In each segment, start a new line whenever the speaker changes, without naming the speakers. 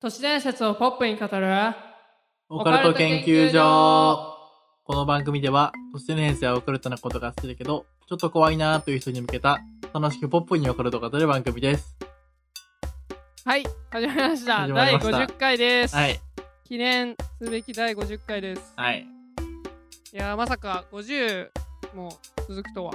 都市伝説をポップに語る
オカルト研究所この番組では、都市伝説やオカルトなことが好きだけど、ちょっと怖いなーという人に向けた、楽しくポップにオカルトが語る番組です。
はい、始まりました。
始まりました
第50回です、
はい。
記念すべき第50回です。
はい。
い、やー、まさか50も続くとは、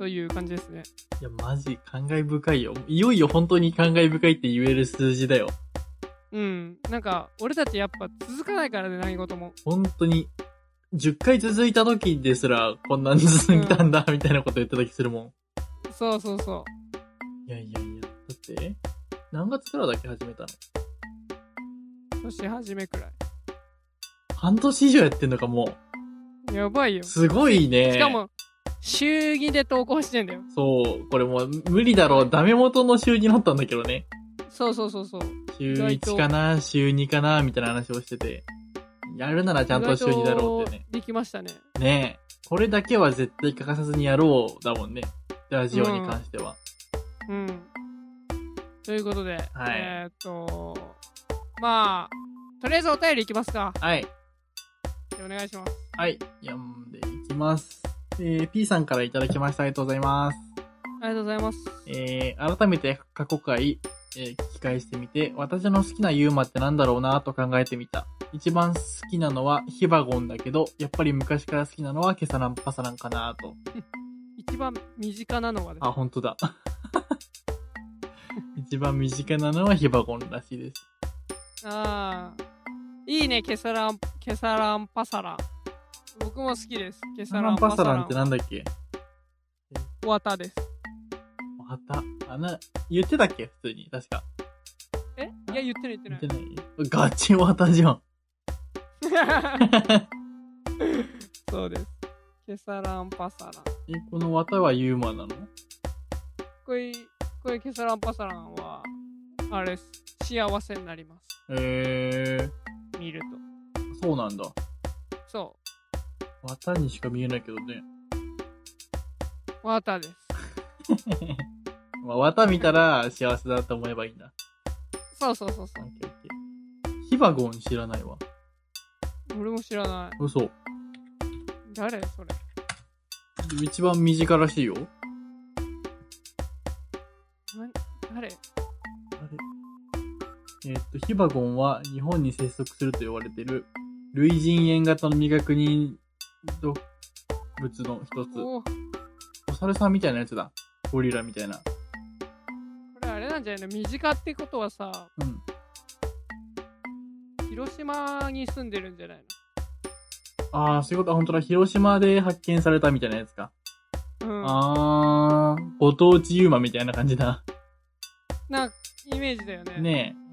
という感じですね。
いや、マジ、感慨深いよ。いよいよ本当に感慨深いって言える数字だよ。
うん。なんか、俺たちやっぱ続かないからね、何事も。
本当に、10回続いた時ですら、こんなに続いたんだ、みたいなこと言った時するも
そうそうそ
ん。いやいやいや、だって、何月からだっけ始めたの
う。年始めくら
半年以上やってんのか、も
い。やばいよ。
う。
し
すごいね。
かも、週2で投稿してんだよ。
そう、これもう無理だろう。ダメ元の週になったんだけどね。
そうそうそうそう。
週
意外と
1かな、週2かな、みたいな話をしてて。やるならちゃんと週2だろうってね。
意外とできましたね。
ねえ。これだけは絶対欠かさずにやろうだもんね。ラジオに関しては。
うん。ということで、
はい
えーっと、まあ、とりあえずお便りいきますか。
はい。
お願いします。
はい。読んでいきます。えー、P さんからいただきました。ありがとうございます。
ありがとうございます。
えー、改めて過去回、えー聞き返してみて、私の好きなユーマってなんだろうなと考えてみた。一番好きなのはヒバゴンだけど、やっぱり昔から好きなのはケサランパサランかなと。
一番身近なのはです
あ、
ね、
本当だ。 一番身近なのはヒバゴンらしいです。
ああ、いいね、ケサラン、ケサランパサラン。僕も好きです。ケ
ケサ
サ
ラ
ラン
ン
パ
パ
サ
サ
ラ
ラ
ン
ンってなんだっけ
おわたです。
また、あな、言ってたっけ普通に。確か。
えいや、言ってない言
言
っ
ってて
ない。
ない。ガチワタじゃん。
そうです。ケサランパサラン。
え、このワタはユーマなの
これ、これケサランパサランは、あれです。幸せになります。
えー、
見ると。
そうなんだ。
そ
綿にしか見えないけどね。
う、わたです。
まあ、綿見たら幸せだと思えばいいんだ。
そうそうそう
オ
そ
ッ
う。
ケーオッケーヒバゴン知らないわ。
俺も知らない。
嘘。
誰それ。
一番身近らしいよ。
な誰
えーっと、ヒバゴンは日本に生息すると言われている類人猿型の未確認動物の一つ。
おこ
お猿さんみたいなやつだ。ゴリラみたいな。
れあれなんじゃないの身近ってことはさ、
うん。
広島に住んでるんじゃない
あー、そういうこと、あ、本当だ。広島で発見されたみたいなやつか。
のうん。
あー、ご当地ユーマみたいな感じだ。
なんか、イメージだよね。
ねえ。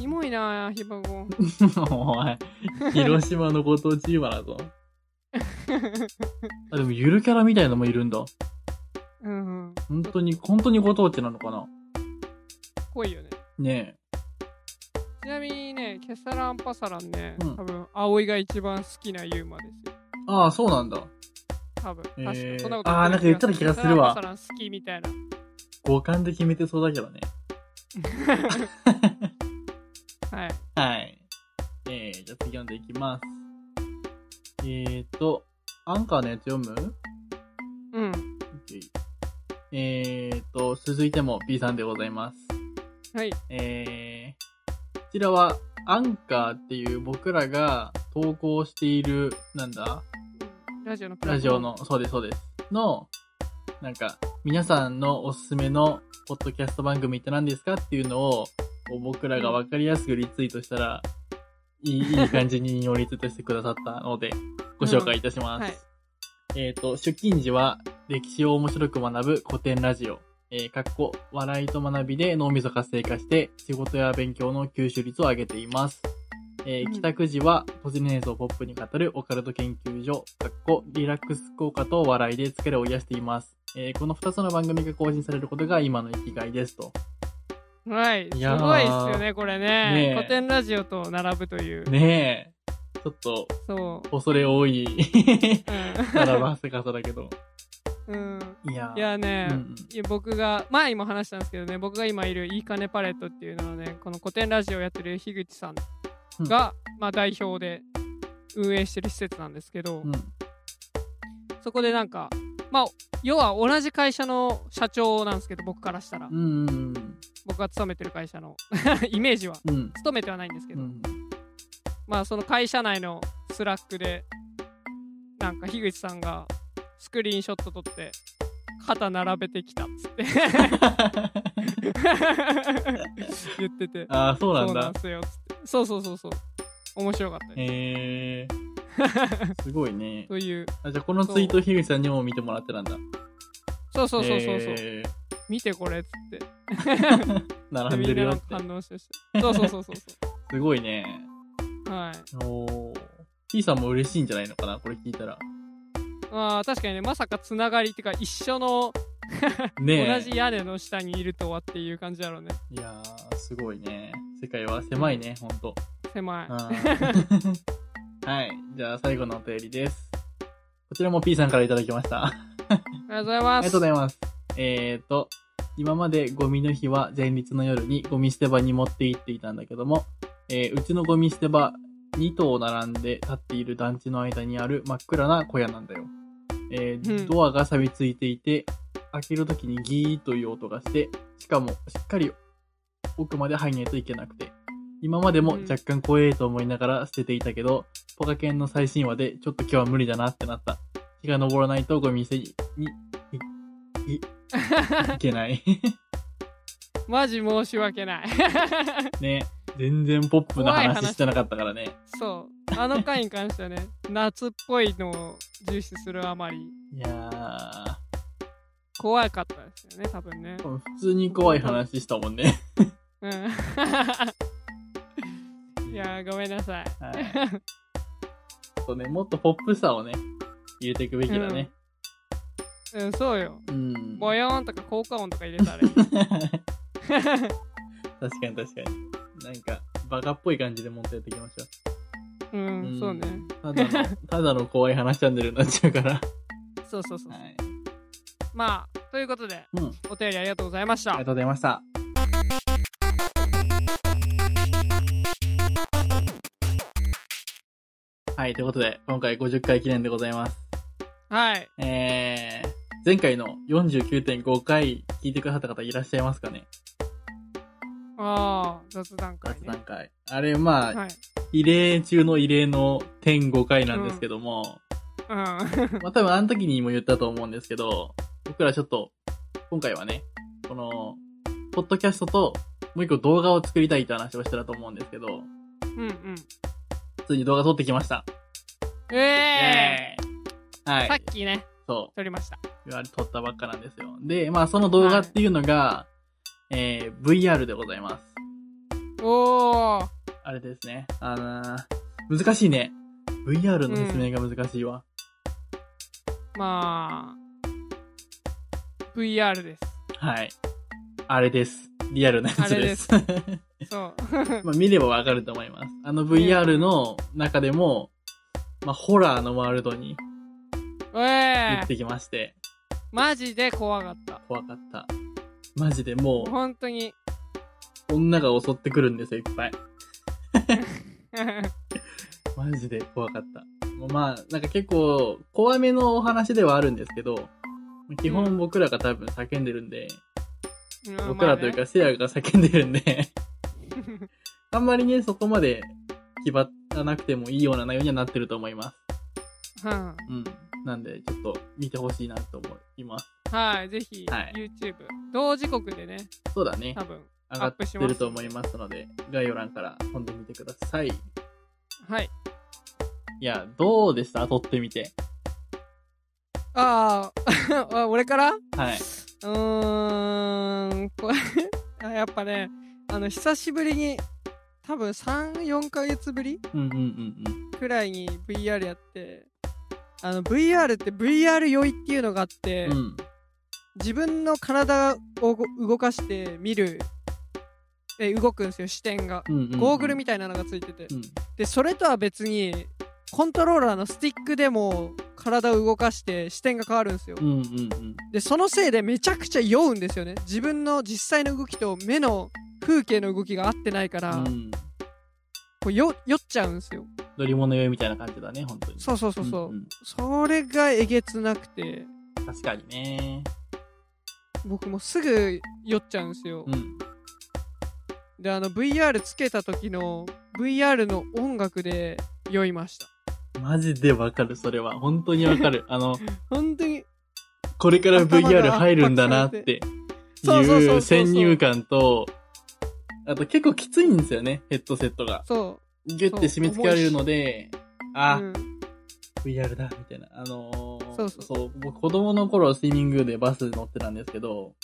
キモいなヒバゴン。
お前、広島のご当地ユーマだぞ。あ、でもゆるキャラみたいなのもいるんだ。
うんうん。
本当に、本当にご当地なのかな
濃いよね。
ね
ちなみにね、ケサランパサランね、
うん
多分、葵が一番好きなユーマですよ。
え。ああ、そうなんだ。
多分。
え
確
ー
か、そんなこと
あーなんか言ってた気がするわ
ケサランパサラン好きみたいな。
五感で決めてそうだけどね。
はい。
はい。えー、じゃあ次読んでいきます。えーと、アンカーのやつ読む
うん。
?OK えーと、続いても P さんでございます。
はい。
えー、こちらは、アンカーっていう僕らが投稿している、なんだ
ラジオのプラ
ラ
ッ
ジ
トフォ
オ
ーム
の、そうです、そうです。の、なんか、皆さんのおすすめのポッドキャスト番組って何ですかっていうのを、こう僕らがわかりやすくリツイートしたら、 いい、いい感じに引用リツイートしてくださったので、ご紹介いたします。えっ、と、出勤時は、歴史を面白く学ぶ古典ラジオ。えー、かっこ、笑いと学びで脳みそ活性化して、仕事や勉強の吸収率を上げています。えー
うん
帰宅時は、ポジネーズをポップに語るオカルト研究所、かっこ、リラックス効果と笑いで疲れを癒しています。えーこの2つの番組が更新されることが今の生きがいですと。
はい、す
いやー
ごいっすよね、これね
ねえ
古典ラジオと並ぶという。
ねえ、ちょっと、
そう。
恐れ多い、
うん
ならばせかさだけど。
うん。
いや
いやね、
うん
いや僕が前にも話したんですけどね僕が今いるいいかねパレットっていうのはねこの古典ラジオやってる樋口さんが、まあ、代表で運営してる施設なんですけど、
うん
そこでなんかまあ要は同じ会社の社長なんですけど僕からしたら、
うんうん
僕が勤めてる会社の イメージは
うん
勤めてはないんですけ
う
ど、
ん
まあその会社内のスラックでなんか樋口さんがスクリーンショット撮って肩並べてきたっつって 言ってて
ああそうなん
そうなん
だ
すよっつってそうそうそうそう面白かったです
へえ すごいね
という
あじゃあこのツイート樋口さんにも見てもらってたんだ
そうそうそうそうそう、
へ
見てこれっつって
ー
で
並ん
み
で
ん
る
な
よ
な
っ
ん
て
か反応してしてそうそうそうそうそ
すごいね
うはい
おー T さんも嬉しいんじゃないのかなこれ聞い たら
まあ確かにねまさかつながりっていうか一緒の
ねえ
同じ屋根の下にいるとはっていう感じだろうね
いやーすごいね世界は狭いねほんと
狭い
あ ーはいじゃあ最後のお便りですこちらも P さんからいただきました
ありがとうございま
あ
す
りがとうございます。えっ、ー、と、今までゴミの日は前日の夜にゴミ捨て場に持って行っていたんだけども、えーうちのゴミ捨て場2棟並んで立っている団地の間にある真っ暗な小屋なんだよ。えー
うん
ドアが錆びついていて、開けるときにギーという音がして、しかもしっかり奥まで入んないといけなくて、今までも若干怖えと思いながら捨てていたけど、ポカケンの最新話でちょっと今日は無理だなってなった。日が昇らないとゴミ捨てにに 行けない。
マジ申し訳ない
ね。全然ポップな話してなかったからね。
そうあの回に関してはね 夏っぽいのを重視するあまり
いや
怖かったですよね多分ね
ー、普通に怖い話したもんね。
うん いやーごめんなさい
はい。ちょっとね、もっとポップさをね、入れていくべきだね。
うんそうよ
うん。
ボヨーンとか効果音とか入れたら いい
確かに確かに。なんか、バカっぽい感じでもっとやっていきましょ
うん
う。、ん
そうね。
ただの、ただの怖い話チャンネルになっちゃうから。
そうそうそう、
はい。
まあということで
うん。あり
お便りありがとうございました
がとうございました。はい、ということで、今回50回記念でございます。
はい
えー、前回の49.5回聞いてくださった方いらっしゃいますかね
ああ雑談会
雑
ね
談会。あれ、まあ、
はい
異例中の異例の点5回なんですけども、
うん
まあ多分あの時にも言ったと思うんですけど、僕らちょっと、今回はね、この、ポッドキャストと、もう一個動画を作りたいって話をしてたと思うんですけど、
うんうん
普通に動画撮ってきました。
ええ
イエーイは
ー、さっ
い。
きね
そう。
撮りました
言われ撮ったばっかなんですよ。で、まあその動画っていうのが、えー、VR でございます。
おお
あれですね。あのー難しいね。VR の説明が難しいわ。
まあ VR です
はい。あれです。リアルなやつです。
そう
まあ見ればわかると思います。あの VR の中でも、まあホラーのワールドに
ええ
行ってきまして、
マジで怖かった
怖かった。マジでも
本当に
う、女が襲ってくるんですよ、いっぱい。マジで怖かった。もうまあ、なんか結構、怖めのお話ではあるんですけど、基本僕らが多分叫んでるんで、
うん
僕らというか、セアが叫んでるんで、 あんまりね、そこまで気張らなくてもいいような内容にはなってると思います。
まあね
うん。なんで、ちょっと見てほしいなと思います。
うんはいぜひ、
はい
YouTube 同時刻でね
そうだね
多。分
上がってると思いますので、概要欄から飛んでみてください。い
はい
や、どうでした撮ってみて。
あー あ俺からう
はい。
ーんこれ あやっぱねあの久しぶりに多分34ヶ月ぶり
うんうんうん
くらいに VR やってあの VR って VR 酔いっていうのがあって、
うん。うん。
自分の体を動かして見るえ動くんですよ視点が
うんうんうん、
ゴーグルみたいなのがついてて、
うん。
でそれとは別にコントローラーのスティックでも体を動かして視点が変わるんですよ
うんうんうん。
でそのせいでめちゃくちゃ酔うんですよね自分の実際の動きと目の風景の動きが合ってないから、
うん。
こう酔酔っちゃうんですよ
乗り物酔いみたいな感じだね、本当に。
そうそうそうそう、
んん
それがえげつなくて
確かにね。
僕もすぐ酔っちゃうんですよ、
うん。
であの VR つけた時の VR の音楽で酔いました
マジでわかる、それは。本当にわか る。あの、
本当に
これから VR 入るんだなっ
頭
て
そうそうそう
い
そう
う先入観と、あと結構きついんですよね、ヘッドセットが。
そ
ギュッて締め付けられるので、
う、
あ、
うん
VR だ、みたいな。あのー
そうそう
僕子供の頃スイミングでバス乗ってたんですけど、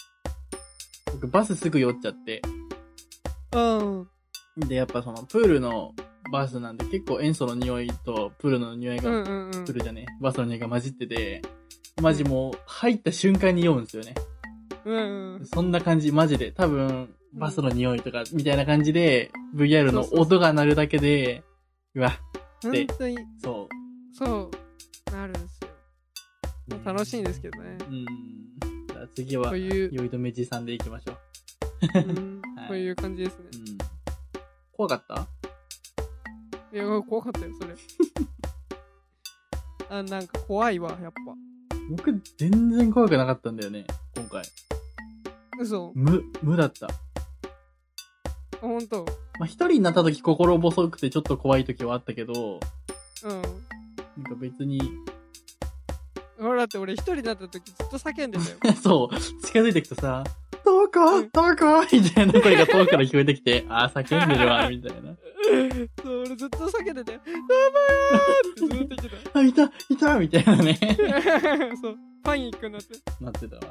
僕バスすぐ酔っちゃって、
うん、
で、やっぱそのプールのバスなんで結構塩素の匂いとプールの匂い
うんう
が、
んうん
プールじゃね、バスの匂いが混じってて、マジもう入った瞬間に酔うんですよね。
うんうん
そんな感じ、マジで。多分、バスの匂いとか、みたいな感じで、VR の音が鳴るだけで、うわ、
本当に
そ
そうなるんですよ
う。ね
楽しいんですけどね
うん。じゃあ次は、
と
酔い
いう、
止めじさんでいきましょう。
うん
はい
という感じですね
うん。怖かった
いや怖かったよそれ あなんか怖いわやっぱ
僕、全然怖くなかったんだよね、今回。
嘘
無、無だった。
本当
まあ、一人になった時心細くてちょっと怖い時はあったけど、
うん
なんか別に、
ほらだって俺一人になった時ずっと叫んでたよ
そう、近づいてくとさ、どこどこみたいな声が遠くから聞こえてき て、あー、叫んでるわ、みたいな。
そう俺ずっと叫んでて「やばー!」ってずっと言って
あ、いた、いたみたいなね。
た そうパニックになって
なってたわ。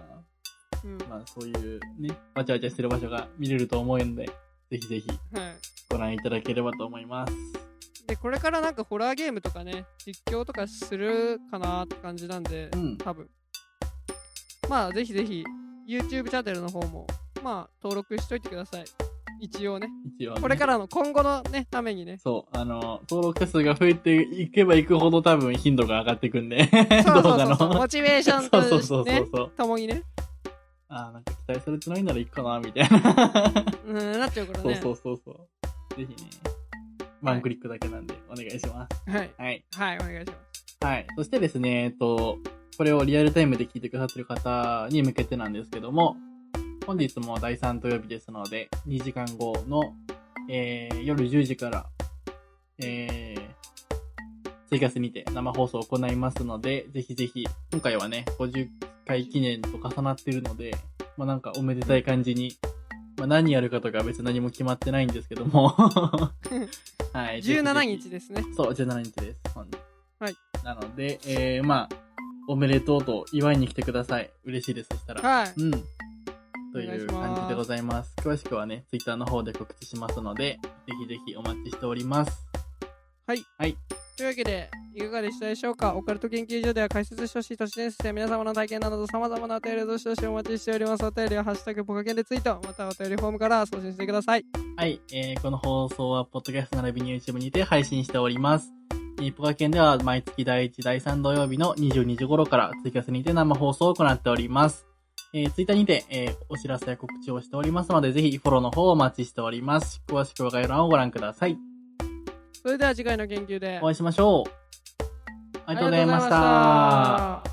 うん
まあ、そういうね、わちゃわちゃしてる場所が見れると思うんで、ぜひぜひ
はい
ご覧いただければと思います。
でこれからなんかホラーゲームとかね実況とかするかなって感じなんで
うん。
多分まあぜひぜひ YouTube チャンネルの方もまあ登録しといてください一応ね
一応、ね。
これからの今後のねためにね
そう、あの、登録者数が増えていけばいくほど多分頻度が上がっていくんで、
そう
動
そう
画
そう
の。
そうモチベーション
そう そ
と
うそう
して
そ
ね
うそう。
ともにね
あーなんか期待されてないならいいかな、みたいな。
うんなっちゃうから
そう
ね
そうそうそう。ぜひね、ワンクリックだけなんでお願いします。
はい
はい。
はいお願いします
はい。そしてですね、えっと、これをリアルタイムで聞いてくださってる方に向けてなんですけども、本日も第3土曜日ですので、2時間後の、えー、夜10時から、えー、ツイキャスにて生放送を行いますので、ぜひぜひ、今回はね、50回記念と重なってるので、まあなんかおめでたい感じに、まあ何やるかとか別に何も決まってないんですけども、はい。ぜひぜひ
17日ですね
そう、17日です。本日
はい。
なので、えー、まあ、おめでとうと祝いに来てください。嬉しいです、そしたら。
はい
うん。
お
と
願
い
いし
う
ます
感じでございます。詳しくはね、ツイッターの方で告知しますので、ぜひぜひお待ちしております。
というわけで、いかがでしたでしょうかオカルト研究所では解説書士、都市伝説や皆様の体験などと様々なお便りをどしどしお待ちしております。お便りはハッシュタグポカケンでツイート、またはお便りフォームから送信してください。
はい、えー、この放送は、ポッドキャスト並びに YouTube にて配信しております。えーポカケンでは、毎月第1、第3土曜日の22時頃から、ツイキャスにて生放送を行っております。えー、ツイッターにて、えーお知らせや告知をしておりますので、ぜひフォローの方をお待ちしております。詳しくは概要欄をご覧ください。
それでは次回の研究で。
お会いしましょう。あ
あ
りがとうございました。
た。